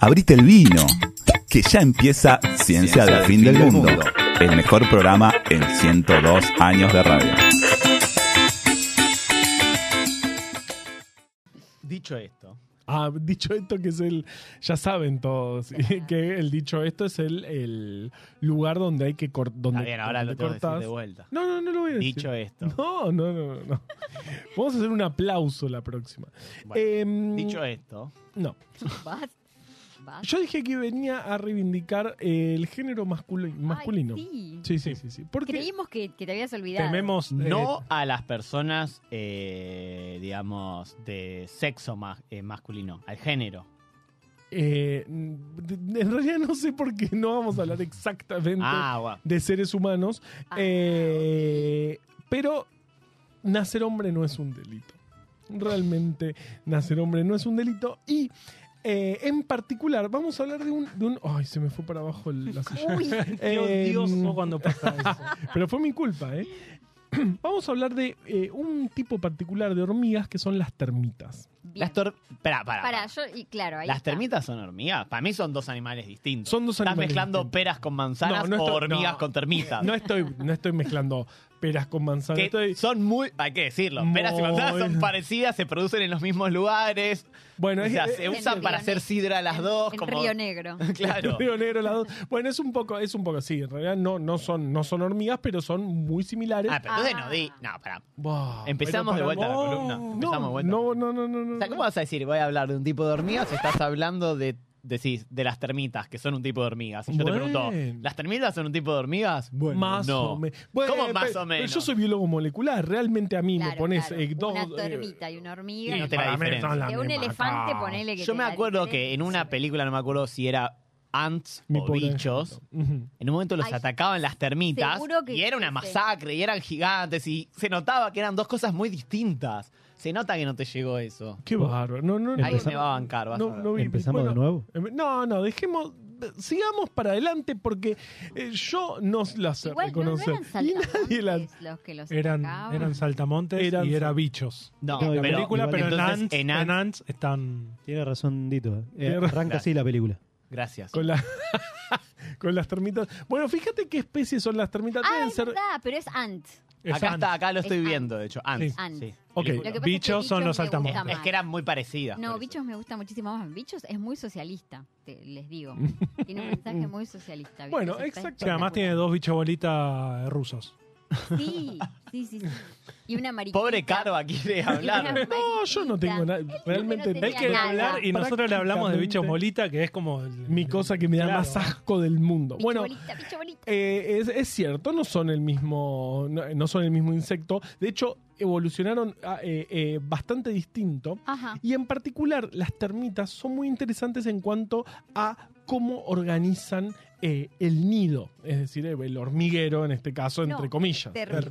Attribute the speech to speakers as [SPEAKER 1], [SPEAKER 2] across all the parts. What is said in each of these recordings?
[SPEAKER 1] abrite el vino, que ya empieza Ciencia, del Fin del, mundo, el mejor programa en 102 años de radio.
[SPEAKER 2] Dicho esto,
[SPEAKER 3] Ah, dicho esto que es el, ya saben todos, que el dicho esto es el, el lugar donde hay que cortar.
[SPEAKER 2] está bien, ahora lo tengo que decir de vuelta.
[SPEAKER 3] No, no, no lo voy a decir.
[SPEAKER 2] Dicho esto.
[SPEAKER 3] No, no, no, no. Vamos a hacer un aplauso la próxima.
[SPEAKER 2] Bueno,
[SPEAKER 3] Em,
[SPEAKER 2] dicho esto,
[SPEAKER 3] No.
[SPEAKER 4] Basta. Basta.
[SPEAKER 3] Yo dije que venía a reivindicar el género masculi- masculino.
[SPEAKER 4] Ay, sí.
[SPEAKER 3] sí. sí, sí, sí, Porque
[SPEAKER 4] Creímos que, que te habías olvidado.
[SPEAKER 3] tememos. eh,
[SPEAKER 2] no a las personas, eh, digamos, de sexo ma- eh, masculino, al género.
[SPEAKER 3] eh, en realidad no sé por qué no vamos a hablar exactamente
[SPEAKER 2] Ah, bueno.
[SPEAKER 3] de seres humanos.
[SPEAKER 4] Ah,
[SPEAKER 3] eh, pero nacer hombre no es un delito. Realmente nacer hombre no es un delito. Y eh, en particular, vamos a hablar de un. de un- ay, se me fue para abajo el- la silla.
[SPEAKER 4] Uy,
[SPEAKER 3] Eh,
[SPEAKER 5] Em,
[SPEAKER 2] oh,
[SPEAKER 5] cuando pasa eso.
[SPEAKER 3] Pero fue mi culpa, ¿eh? Vamos a hablar de eh, un tipo particular de hormigas que son las termitas.
[SPEAKER 4] bien.
[SPEAKER 2] Las tor- pará, pará,
[SPEAKER 4] Para,
[SPEAKER 2] pará.
[SPEAKER 4] yo, y claro, ahí
[SPEAKER 2] ¿Las
[SPEAKER 4] está.
[SPEAKER 2] termitas son hormigas? Para mí son dos animales distintos.
[SPEAKER 3] Son dos
[SPEAKER 2] Estás
[SPEAKER 3] animales
[SPEAKER 2] mezclando
[SPEAKER 3] distintos.
[SPEAKER 2] peras con manzanas
[SPEAKER 3] No, no
[SPEAKER 2] o
[SPEAKER 3] estoy-
[SPEAKER 2] hormigas
[SPEAKER 3] no.
[SPEAKER 2] con termitas.
[SPEAKER 3] No estoy, no estoy mezclando peras con manzanas.
[SPEAKER 2] Que
[SPEAKER 3] Estoy-
[SPEAKER 2] son muy, hay que decirlo, peras y
[SPEAKER 3] Muy-
[SPEAKER 2] manzanas son parecidas, se producen en los mismos lugares,
[SPEAKER 3] bueno,
[SPEAKER 2] o
[SPEAKER 3] es, eh,
[SPEAKER 2] sea,
[SPEAKER 3] es-
[SPEAKER 2] se
[SPEAKER 4] En
[SPEAKER 2] usan
[SPEAKER 4] Río
[SPEAKER 2] para
[SPEAKER 4] Ne-
[SPEAKER 2] hacer sidra las
[SPEAKER 4] en-
[SPEAKER 2] dos,
[SPEAKER 4] en
[SPEAKER 2] como
[SPEAKER 4] Río Negro.
[SPEAKER 2] claro.
[SPEAKER 3] Río Negro, las dos. Bueno, es un poco, es un poco así. En realidad no, no, son, no son hormigas, pero son muy similares.
[SPEAKER 2] Ah, pero entonces
[SPEAKER 4] Ah.
[SPEAKER 2] no di, no, pará.
[SPEAKER 3] Buah,
[SPEAKER 2] empezamos
[SPEAKER 3] pero
[SPEAKER 2] de vuelta la columna. Empezamos de
[SPEAKER 3] No,
[SPEAKER 2] vuelta.
[SPEAKER 3] no, no, no, no, no.
[SPEAKER 2] O sea, ¿cómo vas a decir voy a hablar de un tipo de hormigas si estás hablando de decís, de las termitas, que son un tipo de hormigas? Y yo te
[SPEAKER 3] Bueno.
[SPEAKER 2] pregunto, ¿las termitas son un tipo de hormigas? Bueno,
[SPEAKER 3] más
[SPEAKER 2] no.
[SPEAKER 3] o menos.
[SPEAKER 2] ¿Cómo más o menos?
[SPEAKER 3] yo soy biólogo molecular. Realmente a mí me
[SPEAKER 4] Claro,
[SPEAKER 3] pones
[SPEAKER 4] claro.
[SPEAKER 3] eh, dos.
[SPEAKER 4] Una
[SPEAKER 3] eh,
[SPEAKER 4] termita y una hormiga.
[SPEAKER 2] y
[SPEAKER 4] y
[SPEAKER 2] no te la
[SPEAKER 3] para mí
[SPEAKER 2] diferencia.
[SPEAKER 3] son la
[SPEAKER 4] de un
[SPEAKER 3] misma
[SPEAKER 4] elefante,
[SPEAKER 3] cosa.
[SPEAKER 4] ponele que
[SPEAKER 2] Yo
[SPEAKER 4] te
[SPEAKER 2] me
[SPEAKER 4] la
[SPEAKER 2] acuerdo que
[SPEAKER 4] diferencia.
[SPEAKER 2] en una película, no me acuerdo si era ants
[SPEAKER 3] Mi
[SPEAKER 2] o
[SPEAKER 3] pobre
[SPEAKER 2] bichos,
[SPEAKER 3] angelito. Ujú.
[SPEAKER 2] en un momento los
[SPEAKER 4] Ay,
[SPEAKER 2] atacaban las termitas
[SPEAKER 4] seguro que
[SPEAKER 2] y era una
[SPEAKER 4] sí.
[SPEAKER 2] masacre y eran gigantes y se notaba que eran dos cosas muy distintas. Se nota que no te llegó eso.
[SPEAKER 3] Qué bárbaro. No, no, no.
[SPEAKER 2] Ahí me va a bancar, vas a
[SPEAKER 3] No,
[SPEAKER 2] ver.
[SPEAKER 3] no vi-
[SPEAKER 5] ¿Empezamos de nuevo?
[SPEAKER 3] em, No, no, dejemos. Sigamos para adelante porque eh, yo no las sé
[SPEAKER 4] Igual, no, no
[SPEAKER 3] reconocer.
[SPEAKER 4] eran
[SPEAKER 3] y nadie las.
[SPEAKER 4] saltamontes los que los
[SPEAKER 5] Eran,
[SPEAKER 4] atacaban.
[SPEAKER 5] eran saltamontes
[SPEAKER 3] Eran-
[SPEAKER 5] y era bichos.
[SPEAKER 2] No,
[SPEAKER 5] la
[SPEAKER 2] pero,
[SPEAKER 5] película, pero en
[SPEAKER 2] entonces
[SPEAKER 5] Ants,
[SPEAKER 2] en
[SPEAKER 5] en
[SPEAKER 2] Ants-
[SPEAKER 5] Ants están.
[SPEAKER 6] Tiene razón Dito. eh. Eh,
[SPEAKER 3] Tiene razón.
[SPEAKER 6] arranca así la película.
[SPEAKER 2] Gracias.
[SPEAKER 3] Con, la- con las termitas. Bueno, fíjate qué especies son las termitas.
[SPEAKER 4] Ah,
[SPEAKER 3] Deben
[SPEAKER 4] es
[SPEAKER 3] ser.
[SPEAKER 4] verdad, pero es ant.
[SPEAKER 5] es
[SPEAKER 2] acá
[SPEAKER 5] Ants.
[SPEAKER 2] está, acá lo estoy
[SPEAKER 4] Es
[SPEAKER 2] viendo, de hecho. Ants.
[SPEAKER 4] Sí. Ants.
[SPEAKER 2] sí.
[SPEAKER 3] Ok.
[SPEAKER 4] Lo que pasa es que
[SPEAKER 5] Bichos
[SPEAKER 4] bichos
[SPEAKER 5] son los
[SPEAKER 4] me gusta
[SPEAKER 5] saltamontes.
[SPEAKER 4] más.
[SPEAKER 2] Es que eran muy parecidas.
[SPEAKER 4] No,
[SPEAKER 2] por eso.
[SPEAKER 4] bichos me gusta muchísimo más. Bichos es muy socialista, te- les digo. Tiene un mensaje muy socialista. Bichos,
[SPEAKER 3] Bueno,
[SPEAKER 4] está
[SPEAKER 3] exacto.
[SPEAKER 5] Sí, además tiene dos bichos bolitas rusos.
[SPEAKER 4] Sí, sí, sí, sí. Y una mariquita.
[SPEAKER 2] Pobre Caro aquí de hablar.
[SPEAKER 3] No, yo no tengo nada. Realmente
[SPEAKER 4] no
[SPEAKER 5] Él
[SPEAKER 4] tenía
[SPEAKER 3] que
[SPEAKER 5] quiere
[SPEAKER 4] nada.
[SPEAKER 5] hablar y nosotros le hablamos de bichos
[SPEAKER 3] Prácticamente.
[SPEAKER 5] bolita, que es como. el-
[SPEAKER 3] mi cosa que me da
[SPEAKER 5] Claro.
[SPEAKER 3] más asco del mundo.
[SPEAKER 4] bueno,
[SPEAKER 3] Bueno,
[SPEAKER 4] bonita, bicho bonita.
[SPEAKER 3] eh, es, es cierto, no son el mismo, no, no son el mismo insecto. De hecho, evolucionaron ah, eh, eh, bastante distinto.
[SPEAKER 4] Ajá.
[SPEAKER 3] Y en particular, las termitas son muy interesantes en cuanto a cómo organizan eh, el nido, es decir, eh, el hormiguero en este caso,
[SPEAKER 4] No,
[SPEAKER 3] entre comillas, el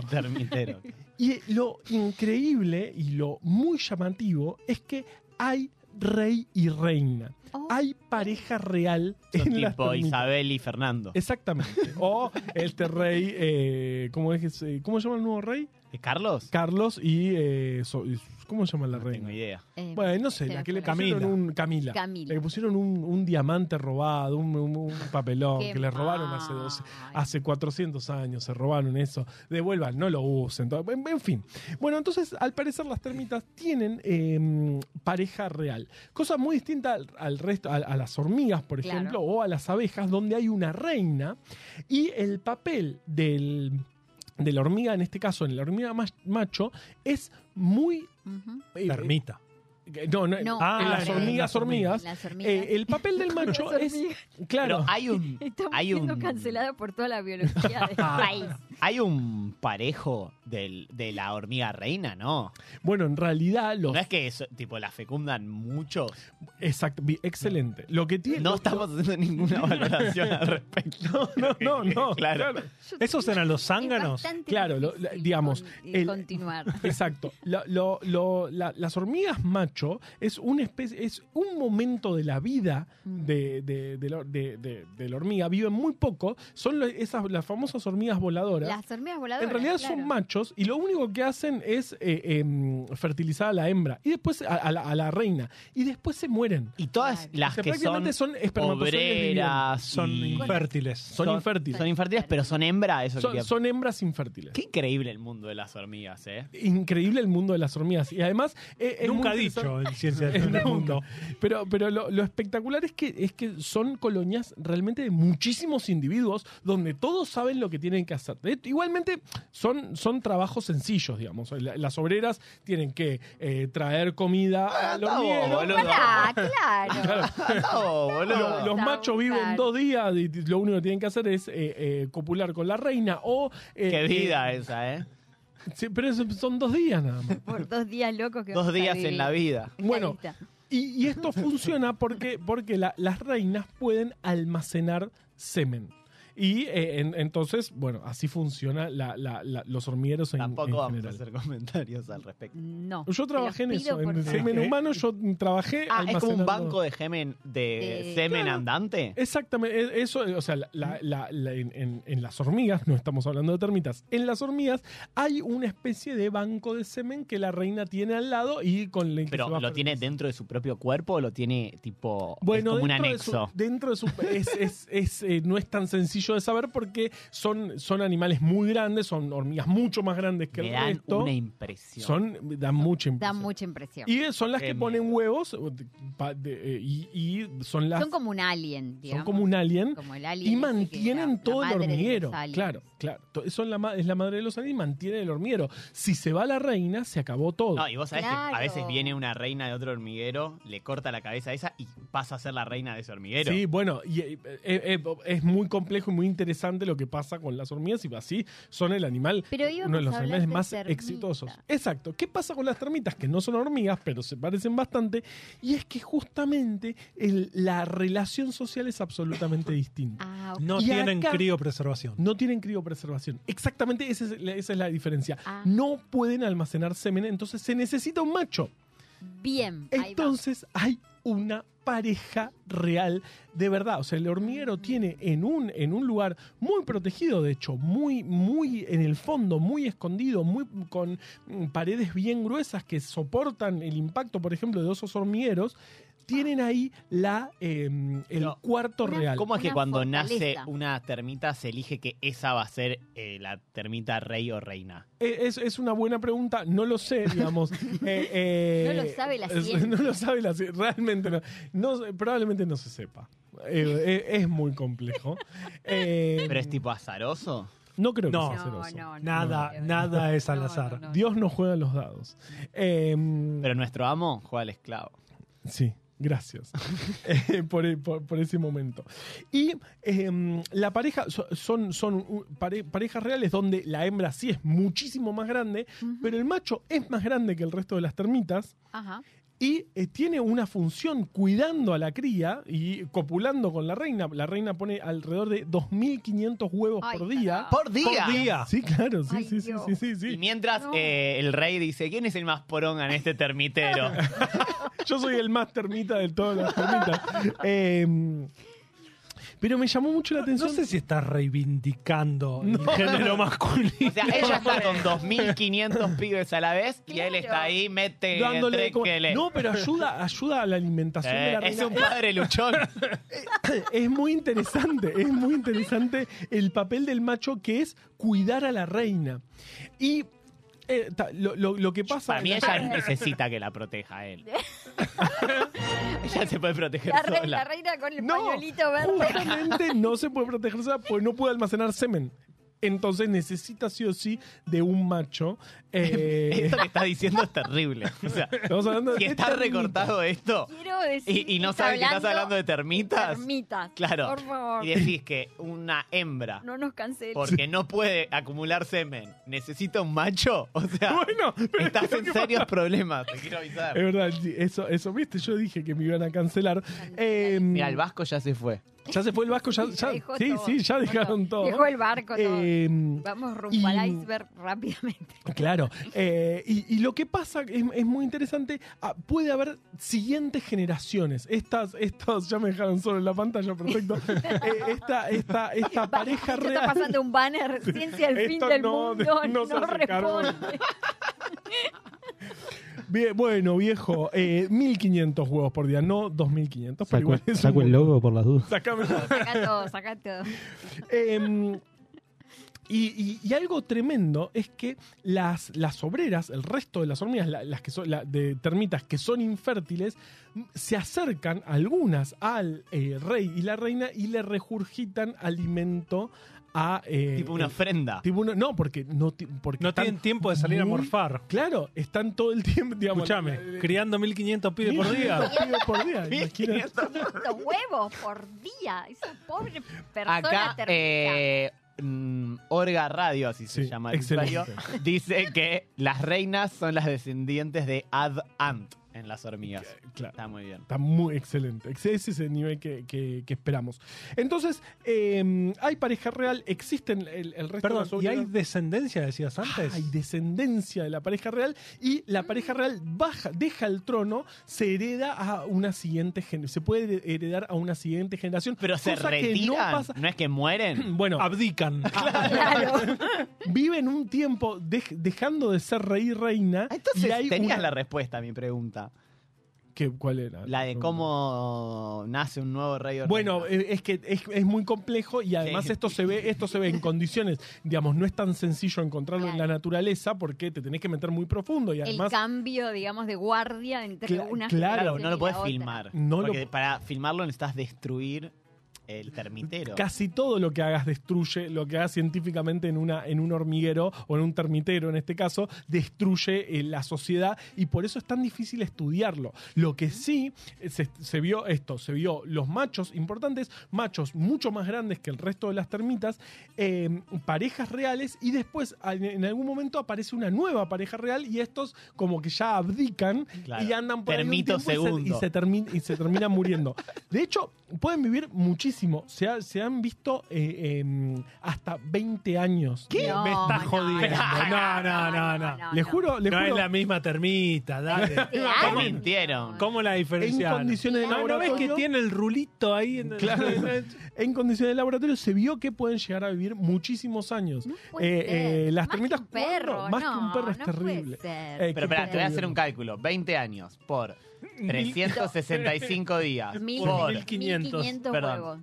[SPEAKER 3] termitero.
[SPEAKER 2] Termitero.
[SPEAKER 3] Y lo increíble y lo muy llamativo es que hay rey y reina.
[SPEAKER 4] Oh,
[SPEAKER 3] Hay pareja real
[SPEAKER 2] Son
[SPEAKER 3] en las
[SPEAKER 2] tipo
[SPEAKER 3] termitas.
[SPEAKER 2] Isabel y Fernando.
[SPEAKER 3] Exactamente. O este rey, eh, ¿cómo, es, que se- ¿cómo se llama el nuevo rey?
[SPEAKER 2] ¿Eh, ¿Carlos?
[SPEAKER 3] Carlos y... eh, so- y- ¿Cómo se llama la
[SPEAKER 2] No tengo
[SPEAKER 3] reina?
[SPEAKER 2] idea.
[SPEAKER 4] eh,
[SPEAKER 3] Bueno, no sé,
[SPEAKER 4] Se
[SPEAKER 3] la
[SPEAKER 4] me
[SPEAKER 3] que le
[SPEAKER 4] fue la-
[SPEAKER 3] pusieron
[SPEAKER 5] Camila.
[SPEAKER 3] un... Camila.
[SPEAKER 4] Camila.
[SPEAKER 3] La que pusieron un, un diamante robado, un, un- un papelón
[SPEAKER 4] qué
[SPEAKER 3] que le robaron hace 12,
[SPEAKER 4] mal.
[SPEAKER 3] Hace 400 años se robaron eso. Devuelvan, no lo usen. todo- En, en fin. Bueno, entonces, al parecer, las termitas tienen eh, pareja real. Cosa muy distinta al, al resto, a, a las hormigas, por
[SPEAKER 4] Claro.
[SPEAKER 3] ejemplo, o a las abejas, donde hay una reina y el papel del, de la hormiga, en este caso, en la hormiga mach- macho, es muy.
[SPEAKER 4] Ujú.
[SPEAKER 3] eh,
[SPEAKER 5] Termita.
[SPEAKER 3] eh, no, no,
[SPEAKER 4] No,
[SPEAKER 3] en
[SPEAKER 5] ah,
[SPEAKER 3] las hormigas,
[SPEAKER 5] eh, las hormigas.
[SPEAKER 3] hormigas.
[SPEAKER 4] Las hormigas.
[SPEAKER 3] eh, el papel del macho
[SPEAKER 4] Las
[SPEAKER 3] es. Claro.
[SPEAKER 2] Pero hay un,
[SPEAKER 4] Estamos
[SPEAKER 2] hay
[SPEAKER 4] siendo
[SPEAKER 2] un-
[SPEAKER 4] cancelados por toda la biología del
[SPEAKER 3] Ah.
[SPEAKER 4] país.
[SPEAKER 2] hay un parejo del- de la hormiga reina, ¿no?
[SPEAKER 4] ah,
[SPEAKER 3] Bueno, en realidad, los.
[SPEAKER 4] ¿Eh?
[SPEAKER 2] No es que eso- tipo la fecundan muchos.
[SPEAKER 3] Exacto, bi- excelente. Lo que tiene.
[SPEAKER 2] No estamos haciendo ninguna valoración al respecto.
[SPEAKER 3] No, no, no.
[SPEAKER 2] Claro.
[SPEAKER 4] Yo-
[SPEAKER 5] ¿Esos eran los zánganos?
[SPEAKER 4] Es bastante
[SPEAKER 3] Claro, lo-
[SPEAKER 4] difícil
[SPEAKER 3] la- digamos,
[SPEAKER 4] con- eh,
[SPEAKER 3] el-
[SPEAKER 4] continuar.
[SPEAKER 3] Exacto. Lo- lo- lo- la- las hormigas macho es una especie, es un momento de la vida
[SPEAKER 4] Mm.
[SPEAKER 3] de, de- de la, de- de- de la hormiga. Viven muy poco. Son lo- esas, las famosas hormigas voladoras. hormigas.
[SPEAKER 4] Las hormigas voladoras.
[SPEAKER 3] En realidad
[SPEAKER 4] claro.
[SPEAKER 3] son machos y lo único que hacen es eh, em, fertilizar a la hembra y después a, a la, a la reina y después se mueren.
[SPEAKER 2] Y todas
[SPEAKER 4] Claro.
[SPEAKER 3] O
[SPEAKER 2] las
[SPEAKER 3] sea,
[SPEAKER 2] que son
[SPEAKER 3] prácticamente son, espermatozoides livianos.
[SPEAKER 2] obreras
[SPEAKER 5] Son
[SPEAKER 2] y-
[SPEAKER 5] infértiles.
[SPEAKER 3] Son infértiles.
[SPEAKER 2] Son infértiles, pero son hembra, eso
[SPEAKER 3] Son,
[SPEAKER 2] quería-
[SPEAKER 3] son hembras infértiles.
[SPEAKER 2] Qué increíble el mundo de las hormigas, ¿eh?
[SPEAKER 3] Increíble el mundo de las hormigas. Y además. eh, es
[SPEAKER 5] Nunca
[SPEAKER 3] muy
[SPEAKER 5] dicho en ciencia
[SPEAKER 3] Es
[SPEAKER 5] del
[SPEAKER 3] nunca.
[SPEAKER 5] mundo.
[SPEAKER 3] Pero, pero lo, lo espectacular es que, es que son colonias realmente de muchísimos individuos donde todos saben lo que tienen que hacer. De- Igualmente son, son trabajos sencillos, digamos. La- Las obreras tienen que eh, traer comida al
[SPEAKER 2] Ah, está
[SPEAKER 3] hormiguero.
[SPEAKER 2] bobo, boludo.
[SPEAKER 4] Pará, claro.
[SPEAKER 3] Ah, Claro,
[SPEAKER 2] No,
[SPEAKER 3] lo-
[SPEAKER 4] Está
[SPEAKER 3] los machos viven
[SPEAKER 4] brutal.
[SPEAKER 3] dos días y t- lo único que tienen que hacer es eh, eh, copular con la reina o... eh,
[SPEAKER 2] Qué vida
[SPEAKER 3] eh,
[SPEAKER 2] esa, ¿eh?
[SPEAKER 3] sí, pero eso- son dos días nada más.
[SPEAKER 4] Por dos días locos que
[SPEAKER 2] Dos
[SPEAKER 4] vamos a
[SPEAKER 2] días en
[SPEAKER 4] vivir.
[SPEAKER 2] la vida.
[SPEAKER 4] Está
[SPEAKER 3] Bueno,
[SPEAKER 4] lista.
[SPEAKER 3] Y, y esto funciona porque, porque la- las reinas pueden almacenar semen. Y eh, en- entonces, bueno, así funciona la- la- la- los hormigueros en,
[SPEAKER 2] Tampoco
[SPEAKER 3] en
[SPEAKER 2] vamos
[SPEAKER 3] general.
[SPEAKER 2] a hacer comentarios al respecto.
[SPEAKER 4] no.
[SPEAKER 3] Yo
[SPEAKER 4] Te
[SPEAKER 3] trabajé en
[SPEAKER 4] los pido,
[SPEAKER 3] eso, en
[SPEAKER 4] por
[SPEAKER 3] el
[SPEAKER 4] favor.
[SPEAKER 3] semen humano, yo trabajé
[SPEAKER 2] Ah, es como un
[SPEAKER 3] almacenando-
[SPEAKER 2] banco de gemen, de
[SPEAKER 4] Eh,
[SPEAKER 2] semen
[SPEAKER 3] claro.
[SPEAKER 2] andante.
[SPEAKER 3] Exactamente, e- eso, o sea, la- la- la- la- en, en- en las hormigas, no estamos hablando de termitas, en las hormigas hay una especie de banco de semen que la reina tiene al lado y con el que se
[SPEAKER 2] Pero
[SPEAKER 3] va
[SPEAKER 2] lo tiene
[SPEAKER 3] fertilizando.
[SPEAKER 2] dentro de su propio cuerpo o lo tiene tipo es
[SPEAKER 3] Bueno,
[SPEAKER 2] como un
[SPEAKER 3] dentro de su-
[SPEAKER 2] anexo.
[SPEAKER 3] dentro de su. Es, es- es, eh, no es tan sencillo de saber porque son, son animales muy grandes, son hormigas mucho más grandes que
[SPEAKER 2] Me
[SPEAKER 3] el
[SPEAKER 2] dan
[SPEAKER 3] resto.
[SPEAKER 2] una impresión.
[SPEAKER 3] Son, dan mucha
[SPEAKER 4] Da
[SPEAKER 3] impresión.
[SPEAKER 4] mucha impresión.
[SPEAKER 3] Y son las que
[SPEAKER 2] Qué
[SPEAKER 3] ponen
[SPEAKER 2] miedo.
[SPEAKER 3] huevos eh, de- pa- de- eh, y, y son las.
[SPEAKER 4] son como un alien,
[SPEAKER 3] son
[SPEAKER 4] digamos.
[SPEAKER 3] como un alien.
[SPEAKER 4] Como el alien.
[SPEAKER 3] Y
[SPEAKER 4] ese que
[SPEAKER 3] mantienen
[SPEAKER 4] la- la
[SPEAKER 3] todo el
[SPEAKER 4] madre de los
[SPEAKER 3] hormiguero.
[SPEAKER 4] aliens.
[SPEAKER 3] Claro, claro. To- Son la, ma- es la madre de los aliens y mantiene el hormiguero. Si se va la reina, se acabó todo.
[SPEAKER 2] No, y vos sabés que a
[SPEAKER 4] Claro.
[SPEAKER 2] veces viene una reina de otro hormiguero, le corta la cabeza a esa y pasa a ser la reina de ese hormiguero.
[SPEAKER 3] Sí, bueno, y, eh, eh, eh, es muy complejo y muy interesante lo que pasa con las hormigas y así son el animal,
[SPEAKER 4] Pero íbamos
[SPEAKER 3] Eh, uno de los
[SPEAKER 4] a hablar
[SPEAKER 3] animales
[SPEAKER 4] de
[SPEAKER 3] más
[SPEAKER 4] termitas.
[SPEAKER 3] exitosos. Exacto. ¿Qué pasa con las termitas? Que no son hormigas, pero se parecen bastante. Y es que justamente el- la relación social es absolutamente distinta.
[SPEAKER 4] Ah, ok.
[SPEAKER 5] No
[SPEAKER 3] Y
[SPEAKER 5] tienen
[SPEAKER 3] acá-
[SPEAKER 5] criopreservación.
[SPEAKER 3] No tienen criopreservación. Exactamente esa es la, esa es la diferencia.
[SPEAKER 4] Ah.
[SPEAKER 3] No pueden almacenar semen, entonces se necesita un macho.
[SPEAKER 4] Bien. ahí va.
[SPEAKER 3] Entonces hay una pareja real de verdad. O sea, el hormiguero tiene en un, en un lugar muy protegido, de hecho, muy, muy en el fondo, muy escondido, muy con mm, paredes bien gruesas que soportan el impacto, por ejemplo, de osos hormigueros. Tienen ahí la, eh, el
[SPEAKER 2] No.
[SPEAKER 3] cuarto
[SPEAKER 4] Una
[SPEAKER 3] real.
[SPEAKER 2] ¿Cómo es que
[SPEAKER 4] Una
[SPEAKER 2] cuando
[SPEAKER 4] fortaleza.
[SPEAKER 2] nace una termita se elige que esa va a ser eh, la termita rey o reina?
[SPEAKER 3] Eh, Es, es una buena pregunta, no lo sé, digamos. Eh, eh,
[SPEAKER 4] No lo sabe la
[SPEAKER 3] es-
[SPEAKER 4] ciencia.
[SPEAKER 3] No lo sabe la ciencia, realmente no. No sé, probablemente no se sepa. Eh, eh, es muy complejo. Eh,
[SPEAKER 2] Pero es tipo azaroso.
[SPEAKER 3] No creo que
[SPEAKER 5] No.
[SPEAKER 3] sea
[SPEAKER 4] No,
[SPEAKER 3] celoso.
[SPEAKER 4] no, no,
[SPEAKER 5] Nada,
[SPEAKER 4] no, no,
[SPEAKER 5] nada es al
[SPEAKER 4] no,
[SPEAKER 5] azar.
[SPEAKER 4] no, no.
[SPEAKER 3] Dios no juega los dados. Eh,
[SPEAKER 2] Pero nuestro amo juega al esclavo.
[SPEAKER 3] Sí, gracias Eh, por, por- por ese momento. Y eh, la pareja so- son, son uh, pare- parejas reales donde la hembra sí es muchísimo más grande,
[SPEAKER 4] Ujú.
[SPEAKER 3] pero el macho es más grande que el resto de las termitas.
[SPEAKER 4] Ajá.
[SPEAKER 3] y eh, tiene una función cuidando a la cría y copulando con la reina. La reina pone alrededor de 2.500 huevos
[SPEAKER 4] Ay,
[SPEAKER 3] por día.
[SPEAKER 4] carajo.
[SPEAKER 2] ¡Por día!
[SPEAKER 5] Por día.
[SPEAKER 3] Sí, claro, sí,
[SPEAKER 4] Ay,
[SPEAKER 3] sí, sí,
[SPEAKER 4] Dios.
[SPEAKER 3] sí, sí, sí.
[SPEAKER 2] Y mientras
[SPEAKER 4] No.
[SPEAKER 2] eh, el rey dice, ¿quién es el más poronga en este termitero?
[SPEAKER 3] Yo soy el más termita de todas las termitas. Eh, pero me llamó mucho la
[SPEAKER 5] No
[SPEAKER 3] atención.
[SPEAKER 5] sé si está reivindicando
[SPEAKER 3] No.
[SPEAKER 5] el género masculino.
[SPEAKER 2] O sea, ella está con 2.500 pibes a la vez y él está ahí, mete,
[SPEAKER 3] dándole de comer.
[SPEAKER 2] Eh, tréquele.
[SPEAKER 3] No, pero ayuda, ayuda a la alimentación de
[SPEAKER 2] Eh,
[SPEAKER 3] la
[SPEAKER 2] es
[SPEAKER 3] reina.
[SPEAKER 2] un padre luchón.
[SPEAKER 3] es muy interesante, es muy interesante el papel del macho que es cuidar a la reina. Y eh, ta- lo, lo- lo que pasa.
[SPEAKER 2] Para mí ella necesita que la proteja a él. ella se puede proteger
[SPEAKER 4] La, re- la
[SPEAKER 2] sola.
[SPEAKER 4] reina con el
[SPEAKER 3] No,
[SPEAKER 4] pañuelito verde.
[SPEAKER 3] Justamente no se puede proteger sola porque no puede almacenar semen. Entonces necesita sí o sí de un macho. Eh,
[SPEAKER 2] Esto que estás diciendo es terrible. O sea,
[SPEAKER 3] estamos hablando
[SPEAKER 2] si
[SPEAKER 3] de
[SPEAKER 2] está
[SPEAKER 3] termitas.
[SPEAKER 2] recortado esto
[SPEAKER 4] Quiero decir.
[SPEAKER 2] y, y no sabes que estás hablando de termitas,
[SPEAKER 4] termitas.
[SPEAKER 2] claro.
[SPEAKER 4] Por favor.
[SPEAKER 2] y decís que una hembra,
[SPEAKER 4] No nos cancelen.
[SPEAKER 2] porque no puede acumular semen, necesita un macho, o sea,
[SPEAKER 3] Bueno, pero
[SPEAKER 2] estás en serios problemas, te quiero avisar.
[SPEAKER 3] es verdad, sí, eso, eso, viste, yo dije que me iban a cancelar. Eh,
[SPEAKER 2] Mira, el Vasco ya se fue.
[SPEAKER 3] Ya se fue el Vasco, ya. ya-
[SPEAKER 4] Dejó
[SPEAKER 3] sí,
[SPEAKER 4] todo,
[SPEAKER 3] sí, ya
[SPEAKER 4] dejó
[SPEAKER 3] dejaron todo.
[SPEAKER 4] Dejó el barco todo.
[SPEAKER 3] Eh,
[SPEAKER 4] Vamos rumbo al
[SPEAKER 3] y-
[SPEAKER 4] iceberg rápidamente.
[SPEAKER 3] Claro, eh, y, y lo que pasa es, es muy interesante, ah, puede haber siguientes generaciones. Estas, estas, ya me dejaron solo en la pantalla, perfecto. Eh, esta, esta, esta pareja
[SPEAKER 4] Yo
[SPEAKER 3] real.
[SPEAKER 4] está pasando un banner, ciencia al fin
[SPEAKER 3] Esto
[SPEAKER 4] del
[SPEAKER 3] no-
[SPEAKER 4] mundo,
[SPEAKER 3] no
[SPEAKER 4] no,
[SPEAKER 3] se hace cargo.
[SPEAKER 4] responde.
[SPEAKER 3] Bien, bueno, viejo, eh, 1500 huevos por día, no 2500, pero
[SPEAKER 6] Saco,
[SPEAKER 3] igual es un
[SPEAKER 6] saco el
[SPEAKER 3] montón.
[SPEAKER 6] logo por las dudas.
[SPEAKER 3] Sacame-
[SPEAKER 4] Saca todo, saca todo.
[SPEAKER 3] Em, y, y- y algo tremendo es que las, las obreras, el resto de las hormigas, la- las que son la- de termitas que son infértiles, m- se acercan algunas al eh, rey y la reina y le regurgitan alimento a eh,
[SPEAKER 2] Tipo una
[SPEAKER 3] eh,
[SPEAKER 2] ofrenda.
[SPEAKER 3] tipo una- no porque no ti- porque
[SPEAKER 5] No
[SPEAKER 3] están-
[SPEAKER 5] tienen tiempo de salir a
[SPEAKER 3] muy-
[SPEAKER 5] morfar.
[SPEAKER 3] claro están todo el tiempo digamos eh,
[SPEAKER 5] Escuchame, criando 1500 pibes por día.
[SPEAKER 3] pibes por día imagínate.
[SPEAKER 4] 500 huevos por día. Esa pobre persona
[SPEAKER 2] Acá,
[SPEAKER 4] termita.
[SPEAKER 2] eh, mm, Orga Radio, así se
[SPEAKER 3] Sí,
[SPEAKER 2] llama el
[SPEAKER 3] excelente.
[SPEAKER 2] usuario, dice que las reinas son las descendientes de Ad Ant en las hormigas.
[SPEAKER 3] claro.
[SPEAKER 2] Está muy bien.
[SPEAKER 3] Está muy excelente. Ese es el nivel que, que- que esperamos. Entonces, eh, hay pareja real, existen el, el resto de
[SPEAKER 5] Perdón,
[SPEAKER 3] las
[SPEAKER 5] ¿y hay
[SPEAKER 3] obreras.
[SPEAKER 5] descendencia, decías antes?
[SPEAKER 3] Hay descendencia de la pareja real y la
[SPEAKER 2] Mm.
[SPEAKER 3] pareja real baja, deja el trono, se hereda a una siguiente generación. Se puede heredar a una siguiente generación.
[SPEAKER 2] Pero se
[SPEAKER 3] cosa que no
[SPEAKER 2] retiran, no,
[SPEAKER 3] pasa-
[SPEAKER 2] es que mueren.
[SPEAKER 3] Bueno,
[SPEAKER 5] Abdican.
[SPEAKER 3] Ah,
[SPEAKER 4] Claro.
[SPEAKER 3] viven un tiempo dej- dejando de ser rey y reina.
[SPEAKER 2] Ah, Entonces
[SPEAKER 3] y hay
[SPEAKER 2] tenías
[SPEAKER 3] una-
[SPEAKER 2] la respuesta a mi pregunta.
[SPEAKER 3] ¿Qué- ¿Cuál era?
[SPEAKER 2] La de cómo nace un nuevo rey o
[SPEAKER 3] Bueno,
[SPEAKER 2] reina.
[SPEAKER 3] eh, es que es, es muy complejo y además
[SPEAKER 2] Sí.
[SPEAKER 3] esto se ve, esto se ve en condiciones, digamos, no es tan sencillo encontrarlo en la
[SPEAKER 4] Claro.
[SPEAKER 3] naturaleza porque te tenés que meter muy profundo y
[SPEAKER 4] El
[SPEAKER 3] además
[SPEAKER 4] cambio, digamos, de guardia entre
[SPEAKER 3] Cla-
[SPEAKER 4] una
[SPEAKER 2] claro,
[SPEAKER 3] claro,
[SPEAKER 4] generación
[SPEAKER 2] no lo
[SPEAKER 4] y
[SPEAKER 2] podés
[SPEAKER 4] la otra.
[SPEAKER 2] filmar.
[SPEAKER 3] No lo
[SPEAKER 2] porque
[SPEAKER 3] po-
[SPEAKER 2] para filmarlo necesitas destruir el termitero.
[SPEAKER 3] casi todo lo que hagas destruye, lo que hagas científicamente en una en un hormiguero o en un termitero en este caso, destruye eh, la sociedad y por eso es tan difícil estudiarlo. Lo que sí eh, se, se vio esto, se vio los machos importantes, machos mucho más grandes que el resto de las termitas, eh, parejas reales y después al- en algún momento aparece una nueva pareja real y estos como que ya abdican
[SPEAKER 2] Claro.
[SPEAKER 3] y andan por ahí un
[SPEAKER 2] Termito
[SPEAKER 3] tiempo y se- y
[SPEAKER 2] segundo.
[SPEAKER 3] se termin- y se terminan muriendo. De hecho, pueden vivir muchísimo. Se, ha- se han visto eh, eh, hasta 20 años.
[SPEAKER 4] No,
[SPEAKER 5] Me está
[SPEAKER 4] no,
[SPEAKER 5] jodiendo.
[SPEAKER 4] no,
[SPEAKER 5] No, no, no, no.
[SPEAKER 4] no,
[SPEAKER 3] Le
[SPEAKER 4] no.
[SPEAKER 3] juro, le
[SPEAKER 5] No es
[SPEAKER 3] juro.
[SPEAKER 5] la misma termita,
[SPEAKER 4] Te
[SPEAKER 5] dale.
[SPEAKER 2] Te
[SPEAKER 4] amo.
[SPEAKER 2] mintieron.
[SPEAKER 5] ¿Cómo la
[SPEAKER 3] en
[SPEAKER 5] diferenciaron?
[SPEAKER 3] condiciones
[SPEAKER 4] Ah,
[SPEAKER 3] de
[SPEAKER 5] No, una vez que
[SPEAKER 3] laboratorio.
[SPEAKER 5] tiene el rulito ahí en el-
[SPEAKER 3] Claro. En condiciones de laboratorio se vio que pueden llegar a vivir muchísimos años.
[SPEAKER 4] No puede
[SPEAKER 3] Eh,
[SPEAKER 4] ser.
[SPEAKER 3] eh, las
[SPEAKER 4] Más que
[SPEAKER 3] termitas,
[SPEAKER 4] un perro,
[SPEAKER 3] ¿cuándo? Más que un
[SPEAKER 4] no,
[SPEAKER 3] perro es
[SPEAKER 4] no puede
[SPEAKER 3] terrible.
[SPEAKER 4] ser.
[SPEAKER 3] Eh,
[SPEAKER 2] Pero
[SPEAKER 3] qué
[SPEAKER 2] espera, te voy a hacer
[SPEAKER 3] terrible.
[SPEAKER 2] un cálculo. 20 años por 365 días
[SPEAKER 4] Mil-
[SPEAKER 2] por
[SPEAKER 5] 1500,
[SPEAKER 4] 1500
[SPEAKER 2] perdón.
[SPEAKER 4] huevos.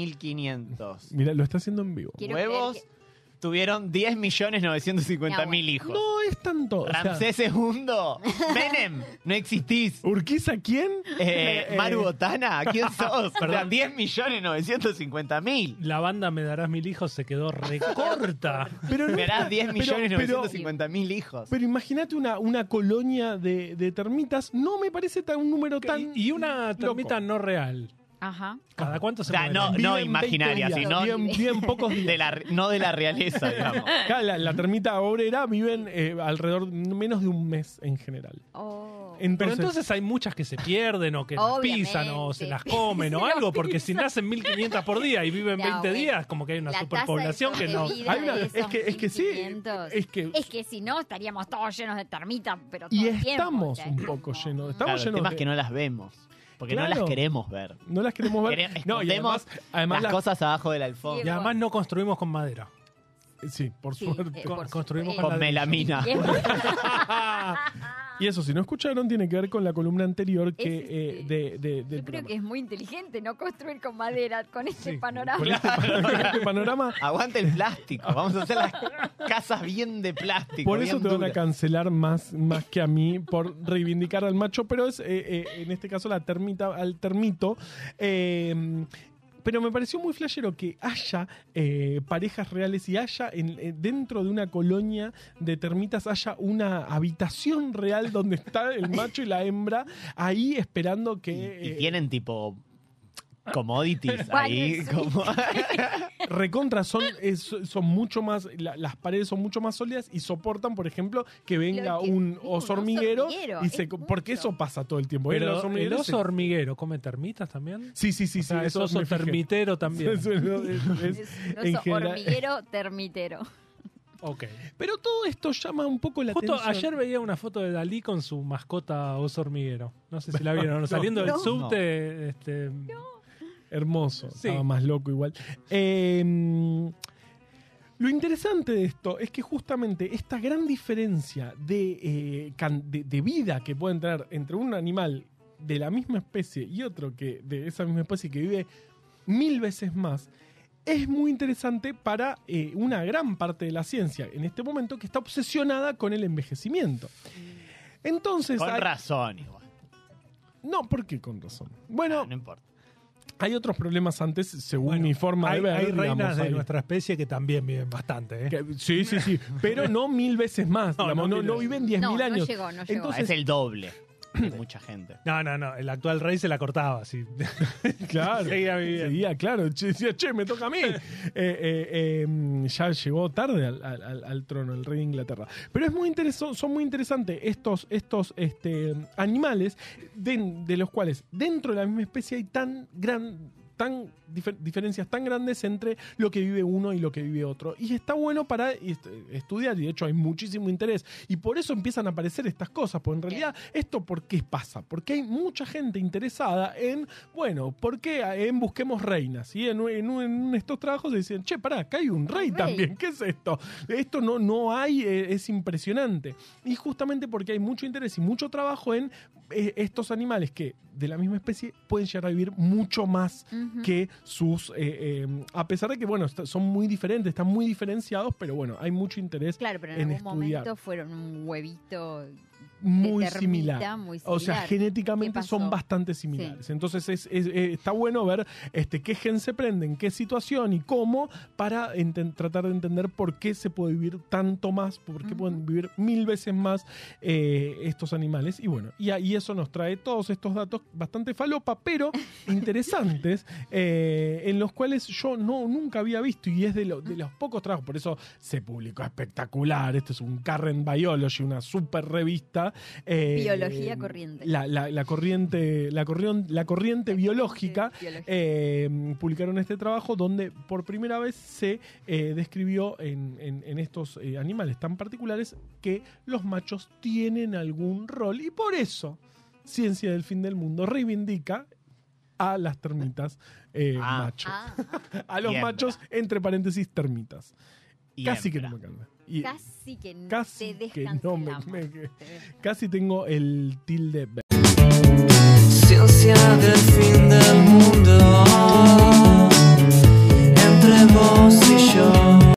[SPEAKER 2] 1500
[SPEAKER 3] Mira, lo está haciendo en vivo.
[SPEAKER 4] Quiero
[SPEAKER 2] huevos,
[SPEAKER 4] creer
[SPEAKER 2] tuvieron 10 millones 950 mil hijos.
[SPEAKER 3] No es tanto. o sea,
[SPEAKER 2] Ramsés II, Menem, no existís.
[SPEAKER 3] ¿Urquiza quién?
[SPEAKER 2] Eh,
[SPEAKER 3] Eh,
[SPEAKER 2] Maru Botana, ¿quién sos? Perdón,
[SPEAKER 5] Perdón.
[SPEAKER 2] 10 millones 950 mil.
[SPEAKER 5] La banda Me Darás Mil Hijos se quedó recorta.
[SPEAKER 3] Pero no
[SPEAKER 2] Verás
[SPEAKER 3] está-
[SPEAKER 2] 10
[SPEAKER 3] pero-
[SPEAKER 2] millones
[SPEAKER 3] pero-
[SPEAKER 2] 950 mil hijos.
[SPEAKER 3] Pero imagínate una, una colonia de, de termitas, no me parece tan un número tan.
[SPEAKER 5] Y y una termita no real.
[SPEAKER 4] Ajá.
[SPEAKER 5] ¿Cada cuánto
[SPEAKER 2] O
[SPEAKER 5] se
[SPEAKER 2] sea,
[SPEAKER 5] mueve?
[SPEAKER 2] no,
[SPEAKER 3] Viven
[SPEAKER 2] no
[SPEAKER 3] 20
[SPEAKER 2] imaginaria,
[SPEAKER 3] días,
[SPEAKER 2] sino
[SPEAKER 3] Bien, bien pocos días.
[SPEAKER 2] de la, no de la realeza, digamos.
[SPEAKER 3] Acá la, la termita obrera viven eh, alrededor de menos de un mes en general. Eh,
[SPEAKER 4] Oh.
[SPEAKER 5] Pero
[SPEAKER 3] Entonces,
[SPEAKER 5] entonces hay muchas que se pierden o que las
[SPEAKER 4] Obviamente.
[SPEAKER 5] pisan o se las comen o
[SPEAKER 4] Se las
[SPEAKER 5] algo, porque si
[SPEAKER 4] pisan.
[SPEAKER 5] nacen 1500 por día y viven
[SPEAKER 4] No,
[SPEAKER 5] 20
[SPEAKER 4] bueno.
[SPEAKER 5] días, como que hay una
[SPEAKER 4] La
[SPEAKER 5] superpoblación
[SPEAKER 4] tasa de
[SPEAKER 5] que no.
[SPEAKER 4] sobrevida
[SPEAKER 3] Hay una-
[SPEAKER 4] de
[SPEAKER 3] es
[SPEAKER 4] esos
[SPEAKER 3] que- es que sí,
[SPEAKER 4] 1500.
[SPEAKER 3] es que-
[SPEAKER 4] es que si no estaríamos todos llenos de termitas, pero todo
[SPEAKER 3] y
[SPEAKER 4] el tiempo, ¿eh?
[SPEAKER 3] estamos
[SPEAKER 4] ¿sí?
[SPEAKER 3] un poco llenos.
[SPEAKER 2] Claro,
[SPEAKER 3] Estamos
[SPEAKER 2] el
[SPEAKER 3] llenos.
[SPEAKER 2] tema
[SPEAKER 3] de-
[SPEAKER 2] es que no las vemos. Porque no
[SPEAKER 3] Claro.
[SPEAKER 2] las queremos ver.
[SPEAKER 3] no las queremos ver.
[SPEAKER 2] Quere-
[SPEAKER 3] no, y además,
[SPEAKER 2] escondemos
[SPEAKER 3] además
[SPEAKER 2] las
[SPEAKER 3] la-
[SPEAKER 2] cosas abajo de la alfombra.
[SPEAKER 5] Y además no construimos con madera.
[SPEAKER 3] Sí, por
[SPEAKER 4] Sí,
[SPEAKER 3] suerte.
[SPEAKER 4] eh, por
[SPEAKER 5] Construimos
[SPEAKER 4] supuesto.
[SPEAKER 5] con
[SPEAKER 2] Con melamina.
[SPEAKER 4] Y es-
[SPEAKER 3] Y eso, si no escucharon, tiene que ver con la columna anterior que
[SPEAKER 4] Ese sí.
[SPEAKER 3] eh, de, de- del
[SPEAKER 4] Yo creo
[SPEAKER 3] programa.
[SPEAKER 4] que es muy inteligente no construir con madera con este
[SPEAKER 5] Sí,
[SPEAKER 4] panorama.
[SPEAKER 3] Con este pan- con este panorama
[SPEAKER 2] Aguanta el plástico. Vamos a hacer las casas bien de plástico.
[SPEAKER 3] Por eso
[SPEAKER 2] bien
[SPEAKER 3] te van a
[SPEAKER 2] duras.
[SPEAKER 3] cancelar más, más que a mí por reivindicar al macho, pero es eh, eh, en este caso la termita, al termito. Eh, pero me pareció muy flashero que haya eh, parejas reales y haya en- eh, dentro de una colonia de termitas haya una habitación real donde está el macho y la hembra ahí esperando que...
[SPEAKER 2] Y
[SPEAKER 3] eh,
[SPEAKER 2] tienen tipo Commodities ahí.
[SPEAKER 4] Bueno, sí.
[SPEAKER 2] Como...
[SPEAKER 3] Recontra son, es- son mucho más, la- las paredes son mucho más sólidas y soportan, por ejemplo, que venga
[SPEAKER 4] Lo que-
[SPEAKER 3] un
[SPEAKER 4] sí, un
[SPEAKER 3] oso
[SPEAKER 4] oso
[SPEAKER 3] hormiguero.
[SPEAKER 4] hormiguero,
[SPEAKER 3] y
[SPEAKER 4] es
[SPEAKER 3] se, porque
[SPEAKER 4] mucho.
[SPEAKER 3] eso pasa todo el tiempo. ¿eh?
[SPEAKER 5] Pero
[SPEAKER 3] Los
[SPEAKER 5] el
[SPEAKER 3] hormigueros
[SPEAKER 5] oso
[SPEAKER 3] se-
[SPEAKER 5] hormiguero come termitas también.
[SPEAKER 3] Sí, sí, sí,
[SPEAKER 5] o
[SPEAKER 3] sí.
[SPEAKER 5] sea, es
[SPEAKER 3] eso
[SPEAKER 5] oso
[SPEAKER 3] me fijé.
[SPEAKER 5] termitero también.
[SPEAKER 3] Es- es- es-
[SPEAKER 4] Es
[SPEAKER 3] este en
[SPEAKER 4] un oso
[SPEAKER 3] general-
[SPEAKER 4] hormiguero termitero.
[SPEAKER 5] ok.
[SPEAKER 3] Pero todo esto llama un poco la
[SPEAKER 5] Justo
[SPEAKER 3] atención.
[SPEAKER 5] ayer veía una foto de Dalí con su mascota oso hormiguero. No sé si la vieron, ¿no? saliendo del
[SPEAKER 4] No.
[SPEAKER 5] subte. Este,
[SPEAKER 3] Hermoso.
[SPEAKER 5] Sí.
[SPEAKER 3] Estaba más loco igual. Eh, lo interesante de esto es que justamente esta gran diferencia de, eh, can- de, de vida que pueden tener entre un animal de la misma especie y otro que de esa misma especie que vive mil veces más es muy interesante para eh, una gran parte de la ciencia en este momento que está obsesionada con el envejecimiento. Entonces,
[SPEAKER 2] Mm. Con
[SPEAKER 3] hay-
[SPEAKER 2] razón, igual.
[SPEAKER 3] no, ¿por qué con razón?
[SPEAKER 2] Ah, No,
[SPEAKER 3] Bueno,
[SPEAKER 2] importa.
[SPEAKER 3] hay otros problemas antes, según
[SPEAKER 5] bueno,
[SPEAKER 3] mi forma
[SPEAKER 5] hay,
[SPEAKER 3] de ver.
[SPEAKER 5] hay reinas
[SPEAKER 3] digamos,
[SPEAKER 5] de
[SPEAKER 3] hay-
[SPEAKER 5] nuestra especie que también viven bastante. ¿eh?
[SPEAKER 3] que- sí, sí, sí. Pero no mil veces más.
[SPEAKER 5] No,
[SPEAKER 3] digamos,
[SPEAKER 5] no
[SPEAKER 3] no,
[SPEAKER 5] mil
[SPEAKER 3] no
[SPEAKER 5] veces.
[SPEAKER 3] viven 10.000
[SPEAKER 4] No, no
[SPEAKER 3] años.
[SPEAKER 4] llegó, no llegó.
[SPEAKER 3] Entonces-
[SPEAKER 2] es el doble de mucha gente.
[SPEAKER 5] No, no, no. El actual rey se la cortaba. Sí.
[SPEAKER 3] Claro.
[SPEAKER 5] Seguía viviendo.
[SPEAKER 3] Seguía, claro. Che, decía, che, me toca a mí. Eh, eh, eh, ya llegó tarde al, al- al- al trono el rey de Inglaterra. Pero es muy interesante, son muy interesantes estos, estos este, animales de, de los cuales dentro de la misma especie hay tan gran tan difer- diferencias tan grandes entre lo que vive uno y lo que vive otro. Y está bueno para est- estudiar, y de hecho hay muchísimo interés. Y por eso empiezan a aparecer estas cosas, porque en realidad esto por qué pasa, porque hay mucha gente interesada en, bueno, ¿por qué ah, en Busquemos Reinas? Y en, un- en un- en estos trabajos dicen, che, pará, acá hay un rey
[SPEAKER 4] Rey.
[SPEAKER 3] también, ¿qué es esto? Esto no, no hay, eh, es impresionante. Y justamente porque hay mucho interés y mucho trabajo en eh, estos animales que de la misma especie pueden llegar a vivir mucho más
[SPEAKER 4] Ujú.
[SPEAKER 3] que sus. eh, eh, a pesar de que, bueno, est- son muy diferentes, están muy diferenciados, pero bueno, hay mucho interés
[SPEAKER 4] Claro, pero en,
[SPEAKER 3] en
[SPEAKER 4] algún
[SPEAKER 3] estudiar.
[SPEAKER 4] momento fueron un huevito de
[SPEAKER 3] muy
[SPEAKER 4] termita
[SPEAKER 3] similar.
[SPEAKER 4] muy similar.
[SPEAKER 3] O sea, genéticamente
[SPEAKER 4] ¿Qué
[SPEAKER 3] son
[SPEAKER 4] pasó?
[SPEAKER 3] bastante similares. Entonces es, es- eh, está bueno ver este, qué gen se prende, en qué situación y cómo, para enten- tratar de entender por qué se puede vivir tanto más, por qué
[SPEAKER 4] Ujú.
[SPEAKER 3] pueden vivir mil veces más eh, estos animales. Y bueno, y, a- y eso nos trae todos estos datos bastante falopa, pero interesantes, eh, en los cuales yo no, nunca había visto y es de, lo- de los pocos trabajos, por eso se publicó espectacular. Esto es un Current Biology, una super revista. eh,
[SPEAKER 4] Biología corriente.
[SPEAKER 3] La, la- la corriente, la, corrion- la corriente biológica.
[SPEAKER 4] biología.
[SPEAKER 3] eh, publicaron este trabajo donde por primera vez se eh, describió en, en- en estos eh, animales tan particulares que los machos tienen algún rol y por eso Ciencia del Fin del Mundo reivindica a las termitas eh,
[SPEAKER 2] Ah.
[SPEAKER 3] machos.
[SPEAKER 4] Ah,
[SPEAKER 3] A los
[SPEAKER 2] Y hembra.
[SPEAKER 3] machos, entre paréntesis, termitas.
[SPEAKER 2] Y
[SPEAKER 3] Casi
[SPEAKER 2] hembra.
[SPEAKER 3] que no me cambia. Y-
[SPEAKER 4] casi que no
[SPEAKER 3] casi
[SPEAKER 4] te
[SPEAKER 3] que no me-
[SPEAKER 4] descancelamos.
[SPEAKER 3] me-
[SPEAKER 4] Te descancelamos.
[SPEAKER 3] Casi tengo el tilde. verde.
[SPEAKER 7] Ciencia del fin del mundo entre vos y yo.